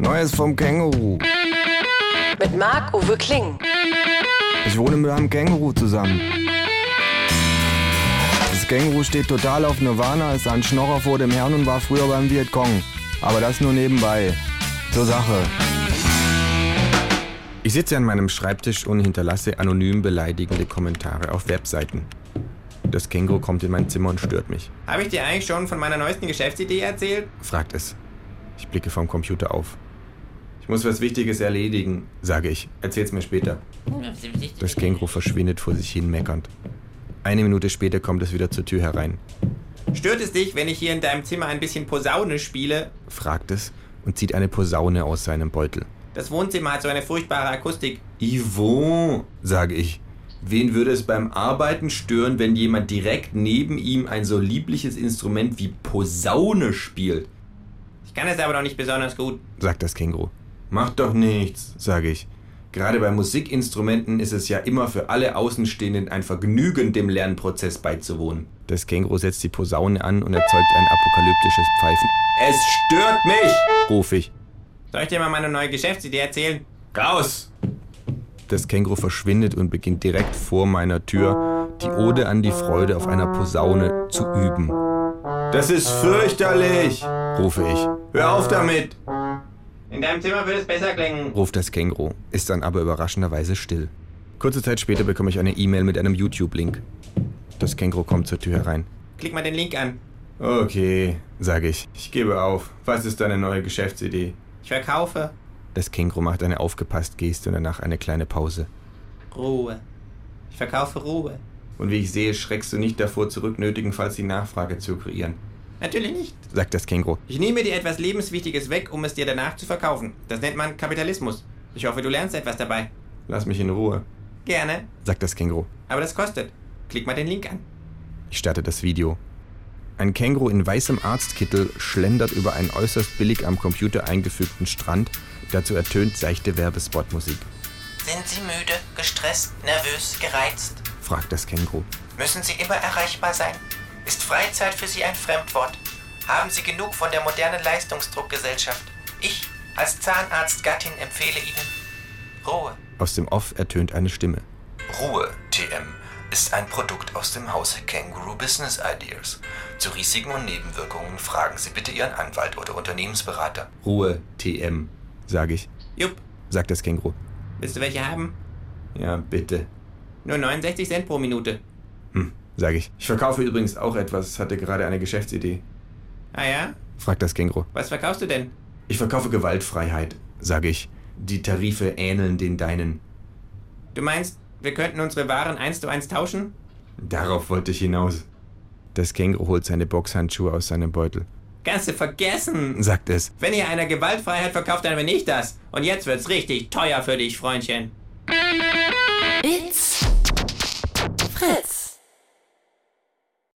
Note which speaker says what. Speaker 1: Neues vom Känguru.
Speaker 2: Mit Marc-Uwe Kling.
Speaker 1: Ich wohne mit einem Känguru zusammen. Das Känguru steht total auf Nirvana, ist ein Schnorrer vor dem Herrn und war früher beim Vietcong. Aber das nur nebenbei. Zur Sache. Ich sitze an meinem Schreibtisch und hinterlasse anonym beleidigende Kommentare auf Webseiten. Das Känguru kommt in mein Zimmer und stört mich.
Speaker 3: Habe ich dir eigentlich schon von meiner neuesten Geschäftsidee erzählt?
Speaker 1: fragt es. Ich blicke vom Computer auf. Ich muss was Wichtiges erledigen, sage ich. Erzähl's mir später. Das Känguru verschwindet vor sich hin meckernd. Eine Minute später kommt es wieder zur Tür herein,
Speaker 3: Stört es dich, wenn ich hier in deinem Zimmer ein bisschen Posaune spiele?
Speaker 1: fragt es und zieht eine Posaune aus seinem Beutel.
Speaker 3: Das Wohnzimmer hat so eine furchtbare Akustik.
Speaker 1: Yvon, sage ich. Wen würde es beim Arbeiten stören, wenn jemand direkt neben ihm ein so liebliches Instrument wie Posaune spielt?
Speaker 3: Ich kann es aber noch nicht besonders gut.
Speaker 1: sagt das Känguru. Macht doch nichts, sage ich. Gerade bei Musikinstrumenten ist es ja immer für alle Außenstehenden ein Vergnügen, dem Lernprozess beizuwohnen. Das Känguru setzt die Posaune an und erzeugt ein apokalyptisches Pfeifen. Es stört mich, rufe ich.
Speaker 3: Soll ich dir mal meine neue Geschäftsidee erzählen?
Speaker 1: Raus! Das Känguru verschwindet und beginnt direkt vor meiner Tür, die Ode an die Freude auf einer Posaune zu üben. Das ist fürchterlich, rufe ich. Hör auf damit,
Speaker 3: In deinem Zimmer würde es besser klingen.
Speaker 1: ruft das Känguru, ist dann aber überraschenderweise still. Kurze Zeit später bekomme ich eine E-Mail mit einem YouTube-Link. Das Känguru kommt zur Tür herein.
Speaker 3: Klick mal den Link an.
Speaker 1: Okay, sage ich. Ich gebe auf. Was ist deine neue Geschäftsidee?
Speaker 3: Ich verkaufe
Speaker 1: Das Känguru macht eine aufgepasst Geste und danach eine kleine Pause.
Speaker 3: Ruhe. Ich verkaufe Ruhe.
Speaker 1: Und wie ich sehe, schreckst du nicht davor zurück, nötigenfalls die Nachfrage zu kreieren,
Speaker 3: Natürlich nicht.
Speaker 1: sagt das Känguru.
Speaker 3: Ich nehme dir etwas Lebenswichtiges weg, um es dir danach zu verkaufen. Das nennt man Kapitalismus. Ich hoffe, du lernst etwas dabei.
Speaker 1: Lass mich in Ruhe,
Speaker 3: Gerne.
Speaker 1: sagt das Känguru.
Speaker 3: Aber das kostet. Klick mal den Link an.
Speaker 1: Ich starte das Video. Ein Känguru in weißem Arztkittel schlendert über einen äußerst billig am Computer eingefügten Strand. Dazu ertönt seichte Werbespotmusik,
Speaker 4: Sind Sie müde, gestresst, nervös, gereizt?
Speaker 1: fragt das Känguru.
Speaker 4: Müssen Sie immer erreichbar sein? Ist Freizeit für Sie ein Fremdwort? Haben Sie genug von der modernen Leistungsdruckgesellschaft? Ich als Zahnarztgattin empfehle Ihnen Ruhe.
Speaker 1: Aus dem Off ertönt eine Stimme.
Speaker 4: Ruhe, TM, ist ein Produkt aus dem Hause Kangaroo Business Ideas. Zu Risiken und Nebenwirkungen fragen Sie bitte Ihren Anwalt oder Unternehmensberater.
Speaker 1: Ruhe, TM, sage ich,
Speaker 3: Jupp.
Speaker 1: sagt das Känguru.
Speaker 3: Willst du welche haben?
Speaker 1: Ja, bitte,
Speaker 3: Nur 69 Cent pro Minute.
Speaker 1: sage ich. Ich verkaufe übrigens auch etwas, hatte gerade eine Geschäftsidee,
Speaker 3: Ah ja?
Speaker 1: fragt das Känguru.
Speaker 3: Was verkaufst du denn?
Speaker 1: Ich verkaufe Gewaltfreiheit, sage ich. Die Tarife ähneln den deinen.
Speaker 3: Du meinst, wir könnten unsere Waren eins zu eins tauschen?
Speaker 1: Darauf wollte ich hinaus. Das Känguru holt seine Boxhandschuhe aus seinem Beutel,
Speaker 3: Kannst du vergessen.
Speaker 1: sagt es.
Speaker 3: Wenn ihr einer Gewaltfreiheit verkauft, dann bin ich das. Und jetzt wird's richtig teuer für dich, Freundchen.
Speaker 2: It's Fritz.